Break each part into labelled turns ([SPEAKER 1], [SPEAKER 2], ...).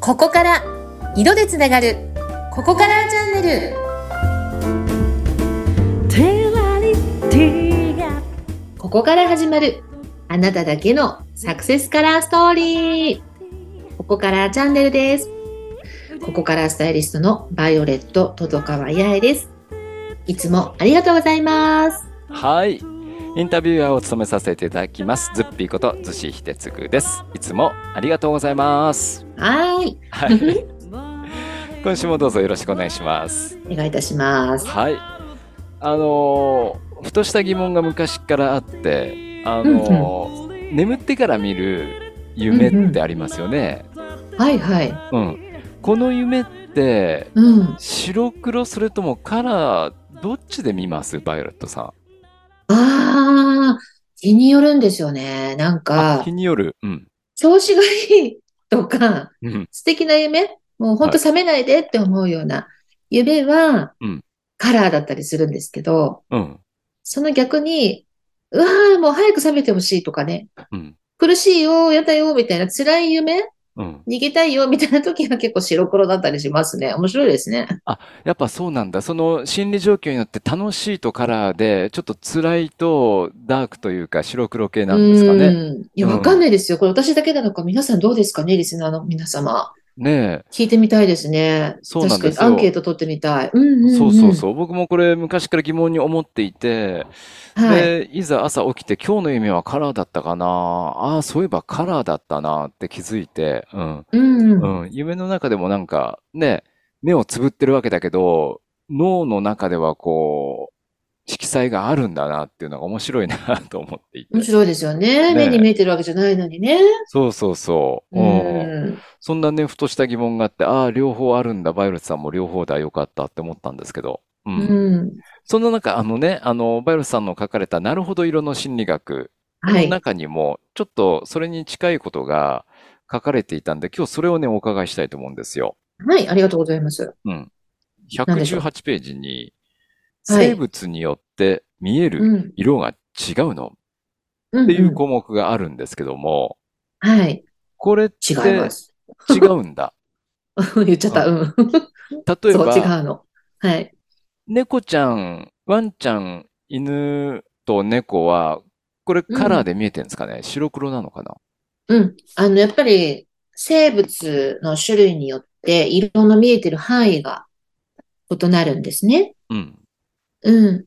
[SPEAKER 1] ここから色でつながるここからチャンネル
[SPEAKER 2] テラリティが
[SPEAKER 1] ここから始まるあなただけのサクセスカラーストーリーここからチャンネルですここからスタイリストのバイオレット戸川八重ですいつもありがとうございます
[SPEAKER 3] はい。インタビュアーを務めさせていただきます。ズッピーこと、ズシヒテツグです。いつもありがとうございます。
[SPEAKER 1] はーい
[SPEAKER 3] はい。今週もどうぞよろしくお願いします。
[SPEAKER 1] お願いいたします
[SPEAKER 3] はい。あのーふとした疑問が昔からあって、あのー眠ってから見る夢ってありますよね。
[SPEAKER 1] はいはい
[SPEAKER 3] うん、この夢って、
[SPEAKER 1] うん
[SPEAKER 3] 白黒それともカラー、どっちで見ますバイオレットさ
[SPEAKER 1] あー日によるんですよねなん
[SPEAKER 3] ん。あ
[SPEAKER 1] か
[SPEAKER 3] 日による。うん。
[SPEAKER 1] 調子がいいとか
[SPEAKER 3] うん。
[SPEAKER 1] 素敵な夢、もう本当覚めないでって思うような夢は
[SPEAKER 3] うん、
[SPEAKER 1] カラーだったりするんですけど、
[SPEAKER 3] うん。
[SPEAKER 1] その逆に、うわーもう早く覚めてほしいとかね、
[SPEAKER 3] うん。
[SPEAKER 1] 苦しいよ、やだよ、みたいな、辛い夢、
[SPEAKER 3] うん。
[SPEAKER 1] 逃げたいよ、みたいな時は結構白黒だったりしますね。面白いですね。
[SPEAKER 3] やっぱそうなんだ。その心理状況によって楽しいとカラーで、ちょっと辛いとダークというか白黒系なんですか
[SPEAKER 1] う
[SPEAKER 3] ね。
[SPEAKER 1] ん。いや、わかんないですよ。これ私だけなのか、皆さんどうですかね、リスナーの皆様。
[SPEAKER 3] ね
[SPEAKER 1] 聞いてみたいですね。
[SPEAKER 3] そうなんです
[SPEAKER 1] 確
[SPEAKER 3] よ
[SPEAKER 1] かにアンケート取ってみたい。うんうん
[SPEAKER 3] え。
[SPEAKER 1] うん
[SPEAKER 3] そうそうそう。僕もこれ昔から疑問に思っていて、
[SPEAKER 1] はい。
[SPEAKER 3] で、いざ朝起きて今日の夢はカラーだったかな。ああ、そういえばカラーだったなって気づいて、うん。
[SPEAKER 1] うんうん。
[SPEAKER 3] うん。夢の中でもなんか、ね、目をつぶってるわけだけど、脳の中ではこう、色彩があるんだなっていうのが面白いなと思っていて
[SPEAKER 1] 面。白いですよね。
[SPEAKER 3] ね
[SPEAKER 1] 目に見えてるわけじゃないのにね。
[SPEAKER 3] そうそうそう。うん。
[SPEAKER 1] うん。
[SPEAKER 3] そんなね、ふとした疑問があって、ああ、両方あるんだ、バイオレットさんも両方だ、よかったって思ったんですけど。う。
[SPEAKER 1] うんん。
[SPEAKER 3] そんな中、あのね、あの、バイオレットさんの書かれた、なるほど色の心理学
[SPEAKER 1] は
[SPEAKER 3] の
[SPEAKER 1] い。
[SPEAKER 3] 中にも、ちょっとそれに近いことが書かれていたんで、今日それをね、お伺いしたいと思うんですよ。
[SPEAKER 1] はい、ありがとうございます。
[SPEAKER 3] うん。
[SPEAKER 1] 何でしょう
[SPEAKER 3] 118ページに、
[SPEAKER 1] はい
[SPEAKER 3] 生物によって見える
[SPEAKER 1] うん。
[SPEAKER 3] 色が違うの
[SPEAKER 1] うん
[SPEAKER 3] っていう
[SPEAKER 1] うん
[SPEAKER 3] 項目があるんですけども、
[SPEAKER 1] はい。
[SPEAKER 3] これっ
[SPEAKER 1] 違い
[SPEAKER 3] て
[SPEAKER 1] ます。
[SPEAKER 3] 違うん だ。
[SPEAKER 1] 言っちゃった。うん。
[SPEAKER 3] 例え
[SPEAKER 1] そう、
[SPEAKER 3] ば
[SPEAKER 1] 違、うの。はい。
[SPEAKER 3] 猫ちゃん、ワンちゃん、犬と猫は、これカラーで見えてるんですかね、白黒なのかな
[SPEAKER 1] うん。あの、やっぱり、生物の種類によって、色の見えてる範囲が異なるんですね。
[SPEAKER 3] うん。
[SPEAKER 1] うん。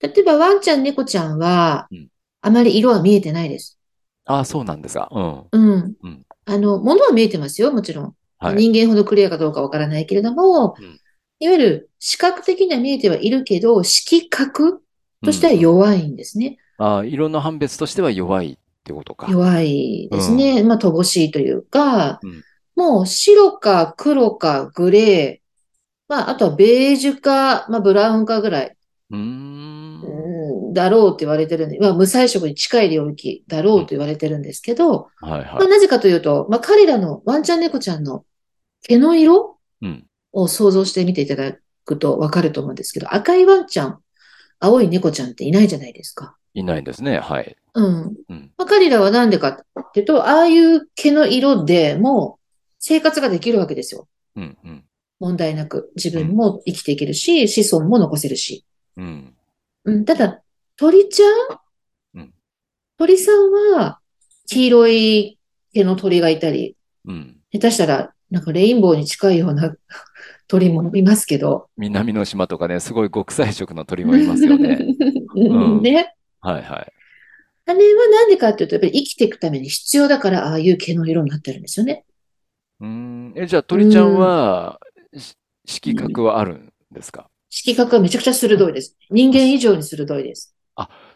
[SPEAKER 1] 例えば、ワンちゃん、猫ちゃんは
[SPEAKER 3] うん、
[SPEAKER 1] あまり色は見えてないです。
[SPEAKER 3] ああ、そうなんですか。うん。
[SPEAKER 1] うん
[SPEAKER 3] うん。
[SPEAKER 1] あの、物は見えてますよ、もちろん。
[SPEAKER 3] はい。
[SPEAKER 1] 人間ほどクリアかどうかわからないけれども、
[SPEAKER 3] うん
[SPEAKER 1] いわゆる視覚的には見えてはいるけど、色覚としては
[SPEAKER 3] うん
[SPEAKER 1] 弱いんですね。
[SPEAKER 3] ああ、色の判別としては弱いってことか。
[SPEAKER 1] 弱いですね。まあ、乏しいというか、
[SPEAKER 3] うん
[SPEAKER 1] もう白か黒かグレー、まあ、あとはベージュか、まあ、ブラウンかぐらい、
[SPEAKER 3] うーん。
[SPEAKER 1] うんだろうって言われてるんで、まあ、無彩色に近い領域だろうと言われてるんですけど、
[SPEAKER 3] はい
[SPEAKER 1] まあ、
[SPEAKER 3] は
[SPEAKER 1] なぜかというと、まあ、彼らのワンちゃん猫ちゃんの毛の色
[SPEAKER 3] い。うん。
[SPEAKER 1] を想像してみていただくとわかると思うんですけど、赤いワンちゃん、青い猫ちゃんっていないじゃないですか。
[SPEAKER 3] いないんですね。はい。
[SPEAKER 1] うん。
[SPEAKER 3] うん。
[SPEAKER 1] まあ、彼らはなんでかっていうと、ああいう毛の色でもう生活ができるわけですよ。
[SPEAKER 3] うん。うん。
[SPEAKER 1] 問題なく自分も生きていけるし、子孫も残せるし。
[SPEAKER 3] うん。
[SPEAKER 1] うん、ただ、鳥ちゃん、
[SPEAKER 3] うん
[SPEAKER 1] 鳥さんは黄色い毛の鳥がいたり、
[SPEAKER 3] うん。
[SPEAKER 1] 下手したらなんかレインボーに近いような鳥もいますけど。
[SPEAKER 3] 南の島とかね、すごい極彩色の鳥もいます よね。うん
[SPEAKER 1] ね。
[SPEAKER 3] はいはい。
[SPEAKER 1] あれはなんでかっていうと、やっぱり生きていくために必要だから、ああいう毛の色になってるんですよね。
[SPEAKER 3] うーん。え、じゃあ鳥ちゃんは、し色覚はあるんですか
[SPEAKER 1] 色覚はめちゃくちゃ鋭いです。人間以上に鋭いです。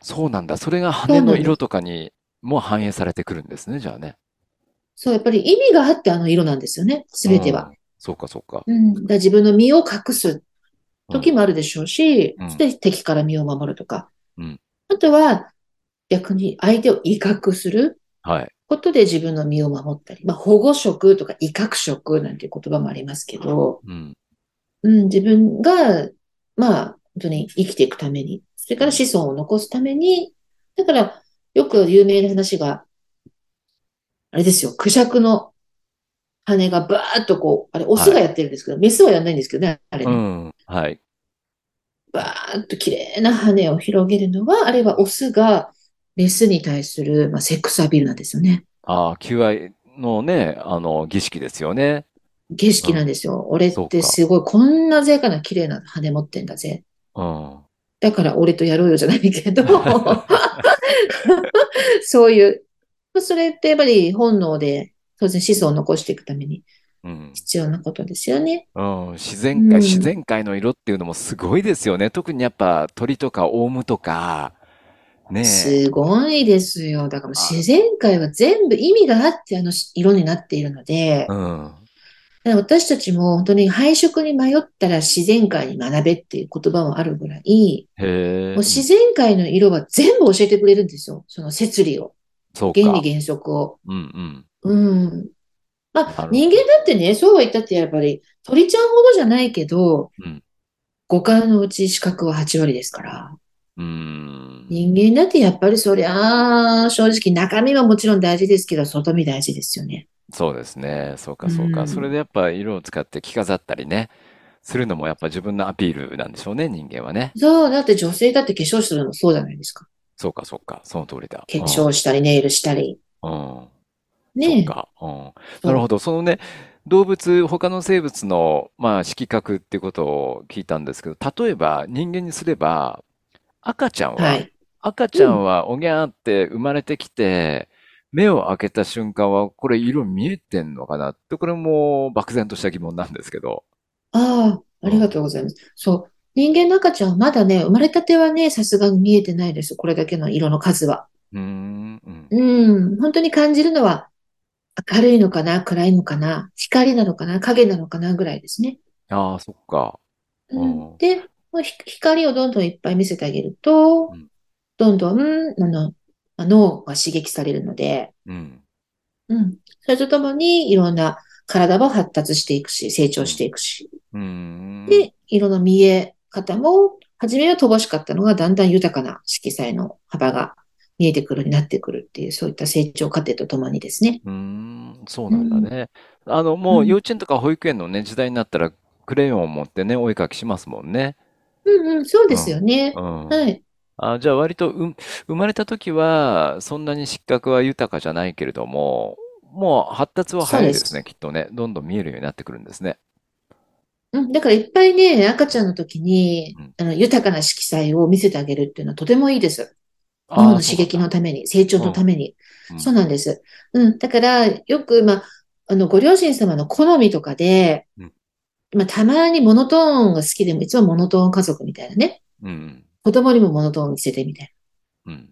[SPEAKER 3] そうなんだ。それが羽の色とかにも反映されてくるんですね、じゃあね。
[SPEAKER 1] そう、やっぱり意味があってあの色なんですよね、すべて
[SPEAKER 3] う
[SPEAKER 1] は
[SPEAKER 3] ん。。そうか、そうか。
[SPEAKER 1] うん。だから自分の身を隠す時もあるでしょうし、
[SPEAKER 3] うん
[SPEAKER 1] そして敵から身を守るとか。
[SPEAKER 3] うん
[SPEAKER 1] あとは、逆に相手を威嚇する
[SPEAKER 3] はい。
[SPEAKER 1] ことで自分の身を守ったり、まあ、保護色とか威嚇色なんていう言葉もありますけど、
[SPEAKER 3] うん。
[SPEAKER 1] うん、自分が、まあ、本当に生きていくために、それから子孫を残すために、だから、よく有名な話が、あれですよ、クジャクの羽がバーッとこう、あれ、オスがやってるんですけど、メスはやんないんですけどね、あれ
[SPEAKER 3] う
[SPEAKER 1] ね。
[SPEAKER 3] ん。はい。
[SPEAKER 1] バーッと綺麗な羽を広げるのは、あれはオスがメスに対する、まあ、セックスアピールなんですよね。
[SPEAKER 3] ああ、求愛のね、あの、儀式ですよね。
[SPEAKER 1] 儀式なんですよ。俺っ
[SPEAKER 3] そう
[SPEAKER 1] て
[SPEAKER 3] か
[SPEAKER 1] すごい、こんなぜかな綺麗な羽持ってんだぜ。
[SPEAKER 3] うん。
[SPEAKER 1] だから俺とやろうよじゃないけ ど、そういう。まあそれってやっぱり本能で、当然子孫を残していくために
[SPEAKER 3] うん。
[SPEAKER 1] 必要なことですよね。
[SPEAKER 3] うん、自然
[SPEAKER 1] うん
[SPEAKER 3] 界、自然界の色っていうのもすごいですよね。特にやっぱ鳥とかオウムとか、ねえ、
[SPEAKER 1] すごいですよ。だから自然界は全部意味があってあの色になっているので、
[SPEAKER 3] うん、
[SPEAKER 1] だから私たちも本当に配色に迷ったら自然界に学べっていう言葉もあるぐらい、
[SPEAKER 3] へえ、
[SPEAKER 1] もう自然界の色は全部教えてくれるんですよ。その摂理を、
[SPEAKER 3] そう
[SPEAKER 1] 原
[SPEAKER 3] か、
[SPEAKER 1] 理原則を。
[SPEAKER 3] うんうん、
[SPEAKER 1] うん。ま
[SPEAKER 3] な
[SPEAKER 1] あ
[SPEAKER 3] る、ほど
[SPEAKER 1] 人間だってね、そうは言ったってやっぱり鳥ちゃんほどじゃないけど
[SPEAKER 3] うん、
[SPEAKER 1] 五感のうち視覚は8割ですから。
[SPEAKER 3] うーん、
[SPEAKER 1] 人間だってやっぱりそりゃあ、正直中身はもちろん大事ですけど、外見大事ですよね。
[SPEAKER 3] そうですね、そうかそう
[SPEAKER 1] う
[SPEAKER 3] か、
[SPEAKER 1] ん
[SPEAKER 3] それでやっぱ色を使って着飾ったりね、するのもやっぱ自分のアピールなんでしょうね、人間はね。
[SPEAKER 1] そう、だって女性だって化粧するのもそうじゃないですか。
[SPEAKER 3] そうかそうか、その通りだ。
[SPEAKER 1] 化粧したり、ネイルしたり。
[SPEAKER 3] うん、うんそう
[SPEAKER 1] ね
[SPEAKER 3] か、うん。
[SPEAKER 1] そう
[SPEAKER 3] なるほど。そのね、動物、他の生物の、まあ、色覚っていうことを聞いたんですけど、例えば人間にすれば、赤ちゃん
[SPEAKER 1] は
[SPEAKER 3] は、
[SPEAKER 1] い。
[SPEAKER 3] 赤ちゃんはおぎゃーって生まれてきて、目を開けた瞬間は、これ色見えてんのかなって、これも漠然とした疑問なんですけど。
[SPEAKER 1] ああ、ありがとうございます。そう。人間の赤ちゃんはまだね、生まれたてはね、さすがに見えてないです。これだけの色の数は。
[SPEAKER 3] うーん、うん、
[SPEAKER 1] うん、本当に感じるのは明るいのかな、暗いのかな、光なのかな、影なのかなぐらいですね。
[SPEAKER 3] ああ、そっか。
[SPEAKER 1] うん
[SPEAKER 3] うん
[SPEAKER 1] で、もうひ光をどんどんいっぱい見せてあげると
[SPEAKER 3] うん、
[SPEAKER 1] どんどん、あの、まあ脳が刺激されるので、
[SPEAKER 3] うん、
[SPEAKER 1] うん、それとともにいろんな体も発達していくし、成長していくし、
[SPEAKER 3] うーん、
[SPEAKER 1] で、色の見え方も、初めは乏しかったのが、だんだん豊かな色彩の幅が見えてくるようになってくるっていう、そういった成長過程とともにですね。
[SPEAKER 3] うーん、そうなんだね。あの、もう幼稚園とか保育園のね、時代になったら、クレヨンを持ってね、お絵描きしますもんね。
[SPEAKER 1] うんうん、そうですよね。
[SPEAKER 3] うん。
[SPEAKER 1] はい。
[SPEAKER 3] あ、じゃあ割と、うん、生まれた時は、そんなに失格は豊かじゃないけれども、もう発達は
[SPEAKER 1] そう
[SPEAKER 3] 早い
[SPEAKER 1] で
[SPEAKER 3] ですすね、きっとね。どんどん見えるようになってくるんですね。
[SPEAKER 1] うん、だからいっぱいね、赤ちゃんの時に
[SPEAKER 3] うん、
[SPEAKER 1] あの、豊かな色彩を見せてあげるっていうのはとてもいいです。
[SPEAKER 3] ああ、
[SPEAKER 1] 脳の
[SPEAKER 3] そ
[SPEAKER 1] 刺
[SPEAKER 3] うなん
[SPEAKER 1] 激
[SPEAKER 3] だ
[SPEAKER 1] のために、成長のために。
[SPEAKER 3] うん
[SPEAKER 1] そうなんです。うん、だから、よく、まあ、あの、ご両親様の好みとかで
[SPEAKER 3] うん、
[SPEAKER 1] まあ、たまにモノトーンが好きでも、いつもモノトーン家族みたいなね。
[SPEAKER 3] うん、
[SPEAKER 1] 子供にもモノトーン見せてみたいな。
[SPEAKER 3] うん、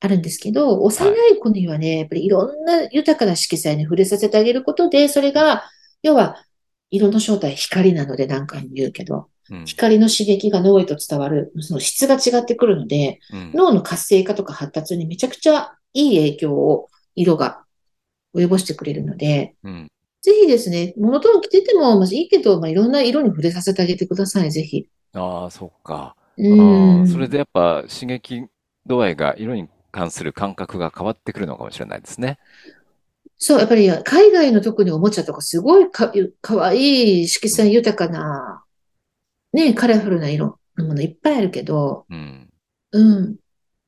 [SPEAKER 1] あるんですけど、幼い子にはね、やっぱりいろんな豊かな色彩に触れさせてあげることで、それが、要は、色の正体、光なので何回も言うけど、
[SPEAKER 3] うん、
[SPEAKER 1] 光の刺激が脳へと伝わる、その質が違ってくるので、
[SPEAKER 3] うん。
[SPEAKER 1] 脳の活性化とか発達にめちゃくちゃいい影響を色が及ぼしてくれるので、
[SPEAKER 3] うん
[SPEAKER 1] ぜひですね、モノトーン着てても、まあ、いいけど、まあ、いろんな色に触れさせてあげてください、ぜひ。
[SPEAKER 3] ああ、そっか。
[SPEAKER 1] う
[SPEAKER 3] あ
[SPEAKER 1] ん。
[SPEAKER 3] あ、それでやっぱ刺激度合いが、色に関する感覚が変わってくるのかもしれないですね。
[SPEAKER 1] そう、やっぱり海外の特におもちゃとかすごいか、かわいい色彩豊かな、ね、カラフルな色のものいっぱいあるけど、
[SPEAKER 3] うん。
[SPEAKER 1] うん。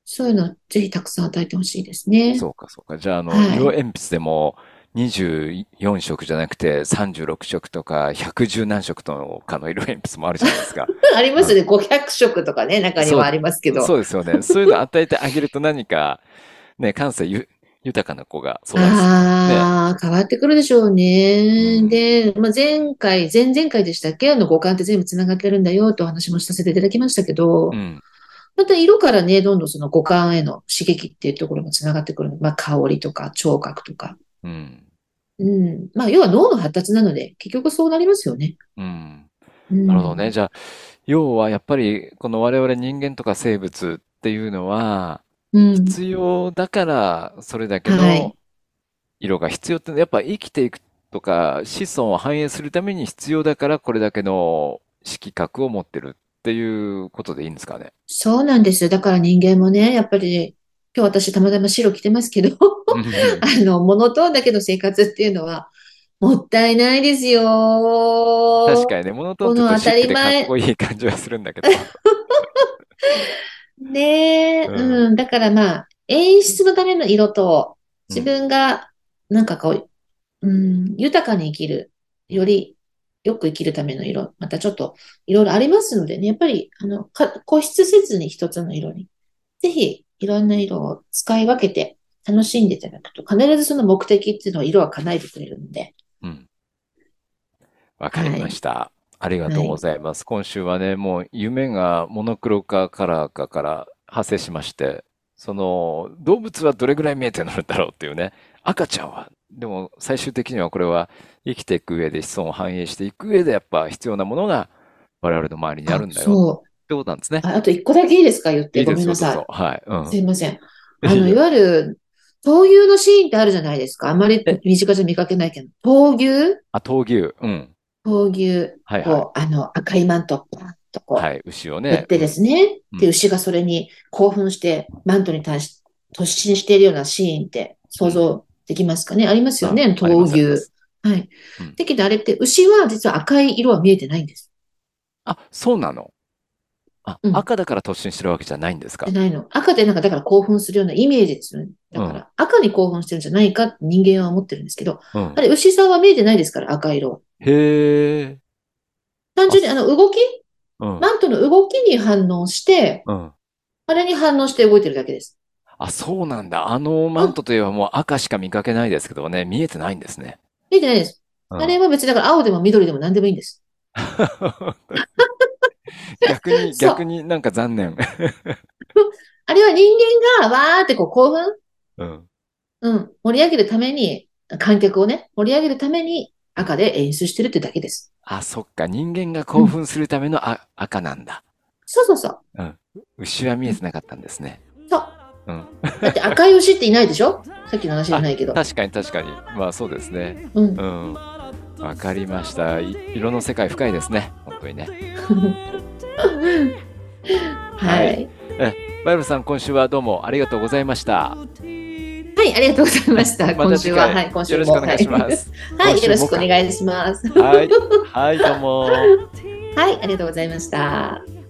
[SPEAKER 1] そういうのぜひたくさん与えてほしいですね。
[SPEAKER 3] そうか、そうか。じゃあ、あの、
[SPEAKER 1] はい
[SPEAKER 3] 色鉛筆でも24色じゃなくて36色とか110何色とかの色鉛筆もあるじゃないですか。
[SPEAKER 1] ありますね。500色とかね、中にはあり ますけど。
[SPEAKER 3] そうですよね。そういうの与えてあげると何か、ね、感性ゆ豊かな子が育つ。
[SPEAKER 1] ああ、変わってくるでしょうね。
[SPEAKER 3] うん
[SPEAKER 1] で、まあ、前回、前々回でしたっけあの五感って全部つながってるんだよとお話もさせていただきましたけど、
[SPEAKER 3] うん。
[SPEAKER 1] また色からね、どんどんその五感への刺激っていうところもつながってくるの。まあ香りとか聴覚とか。
[SPEAKER 3] うん。
[SPEAKER 1] うん。まあ要は脳の発達なので、結局そうなりますよね。
[SPEAKER 3] うん。
[SPEAKER 1] うん。
[SPEAKER 3] なるほどね。じゃあ、要はやっぱり、この我々人間とか生物っていうのは、
[SPEAKER 1] うん。
[SPEAKER 3] 必要だから、それだけ
[SPEAKER 1] はい
[SPEAKER 3] の色が必要って、やっぱ生きていくとか、子孫を繁栄するために必要だから、これだけの色覚を持ってるっていうことでいいんですかね。
[SPEAKER 1] そうなんですよ。だから人間もね、やっぱり、 今日私たまたま白着てますけど、あの、モノトーンだけの生活っていうのは、もったいないですよ。
[SPEAKER 3] 確かにね、モノトーンちょっとシックで
[SPEAKER 1] この当た
[SPEAKER 3] か
[SPEAKER 1] り前
[SPEAKER 3] っこいい感じはするんだけど。
[SPEAKER 1] ねえ、
[SPEAKER 3] うん
[SPEAKER 1] うん。だからまあ、演出のための色と、
[SPEAKER 3] うん
[SPEAKER 1] 自分が、なんかこう、うん、豊かに生きる、よりよく生きるための色、またちょっといろいろありますのでね、やっぱり、あの、か固執せずに一つの色に、ぜひ、いろんな色を使い分けて楽しんでいただくと、必ずその目的っていうのを色は叶えてくれるので、
[SPEAKER 3] うん。わかりました。ありがとうございます。今週はね、もう夢がモノクロかカラーかから派生しまして、その動物はどれぐらい見えてるんだろうっていうね、赤ちゃんは、でも最終的にはこれは生きていく上で子孫を繁栄していく上でやっぱ必要なものが我々の周りにあるんだよっ
[SPEAKER 1] そう。
[SPEAKER 3] てことなんですね。
[SPEAKER 1] あ、あと一個だけいいですか言っ
[SPEAKER 3] い
[SPEAKER 1] て。
[SPEAKER 3] いで
[SPEAKER 1] ごめん
[SPEAKER 3] すよ、
[SPEAKER 1] なさい
[SPEAKER 3] どうぞ。はい。うん。
[SPEAKER 1] すいませ ん。あ
[SPEAKER 3] いい
[SPEAKER 1] の、
[SPEAKER 3] よ
[SPEAKER 1] いわゆる、闘牛のシーンってあるじゃないですか。あまり身近じゃ見かけないけど。闘牛
[SPEAKER 3] あ、闘牛。うん。
[SPEAKER 1] 闘牛。
[SPEAKER 3] はいはい。
[SPEAKER 1] こう、あの、赤いマントをパンとこ
[SPEAKER 3] は
[SPEAKER 1] う、
[SPEAKER 3] い。牛を
[SPEAKER 1] やっ
[SPEAKER 3] ね。
[SPEAKER 1] てですね。
[SPEAKER 3] うん
[SPEAKER 1] で、牛がそれに興奮して、マントに対し、突進しているようなシーンって想像できますかねありますよ
[SPEAKER 3] う
[SPEAKER 1] ね、
[SPEAKER 3] んあり
[SPEAKER 1] 闘
[SPEAKER 3] ますありま
[SPEAKER 1] 牛
[SPEAKER 3] す。
[SPEAKER 1] はい
[SPEAKER 3] うん。
[SPEAKER 1] だけどあれって、牛は実は赤い色は見えてないんです。
[SPEAKER 3] あ、そうなの。あ、
[SPEAKER 1] うん
[SPEAKER 3] 赤だから突進してるわけじゃないんですか
[SPEAKER 1] じゃ。ないの。赤でなんか、だから興奮するようなイメージですよね。だか
[SPEAKER 3] う
[SPEAKER 1] ら、赤に興奮してるんじゃないかって人間は思ってるんですけど、
[SPEAKER 3] うん
[SPEAKER 1] あ。れ、牛さんは見えてないですから、赤色。
[SPEAKER 3] へえ。
[SPEAKER 1] 単純にあの動き、
[SPEAKER 3] うん。
[SPEAKER 1] マントの動きに反応して、
[SPEAKER 3] うん。
[SPEAKER 1] あれに反応して動いてるだけです。
[SPEAKER 3] あ、そうなんだ。あのマントといえばもう赤しか見かけないですけどね、見えてないんですね。
[SPEAKER 1] 見えてないです。
[SPEAKER 3] うん
[SPEAKER 1] あれは別にだから青でも緑でも何でもいいんです。
[SPEAKER 3] 逆に、
[SPEAKER 1] そう
[SPEAKER 3] 逆になんか残念。
[SPEAKER 1] あれは人間がわーってこう興奮、
[SPEAKER 3] うん。
[SPEAKER 1] うん、盛り上げるために、観客をね、盛り上げるために赤で演出してるってだけです。
[SPEAKER 3] あ、そっか。人間が興奮するためのあ、赤なんだ。
[SPEAKER 1] そうそうそう。
[SPEAKER 3] 牛は見えてなかったんですね。
[SPEAKER 1] そう。
[SPEAKER 3] うん。
[SPEAKER 1] だって赤い牛っていないでしょ さっきの話じゃないけど。
[SPEAKER 3] 確かに確かに。まあそうですね。
[SPEAKER 1] うん
[SPEAKER 3] う。ん。わかりました。い色の世界深いですね。本当にね。
[SPEAKER 1] はいい。
[SPEAKER 3] バイブルさん、今週はどうもありがとうございました。
[SPEAKER 1] はい、ありがとうございました。
[SPEAKER 3] また
[SPEAKER 1] 今週は、は
[SPEAKER 3] 次回
[SPEAKER 1] い、今週
[SPEAKER 3] よろしく
[SPEAKER 1] も
[SPEAKER 3] お願いします。
[SPEAKER 1] はい、はい、よろ
[SPEAKER 3] 今週
[SPEAKER 1] し
[SPEAKER 3] も
[SPEAKER 1] く
[SPEAKER 3] か
[SPEAKER 1] お願いします。
[SPEAKER 3] はい。はい、どうも。
[SPEAKER 1] はい、ありがとうございました。
[SPEAKER 2] う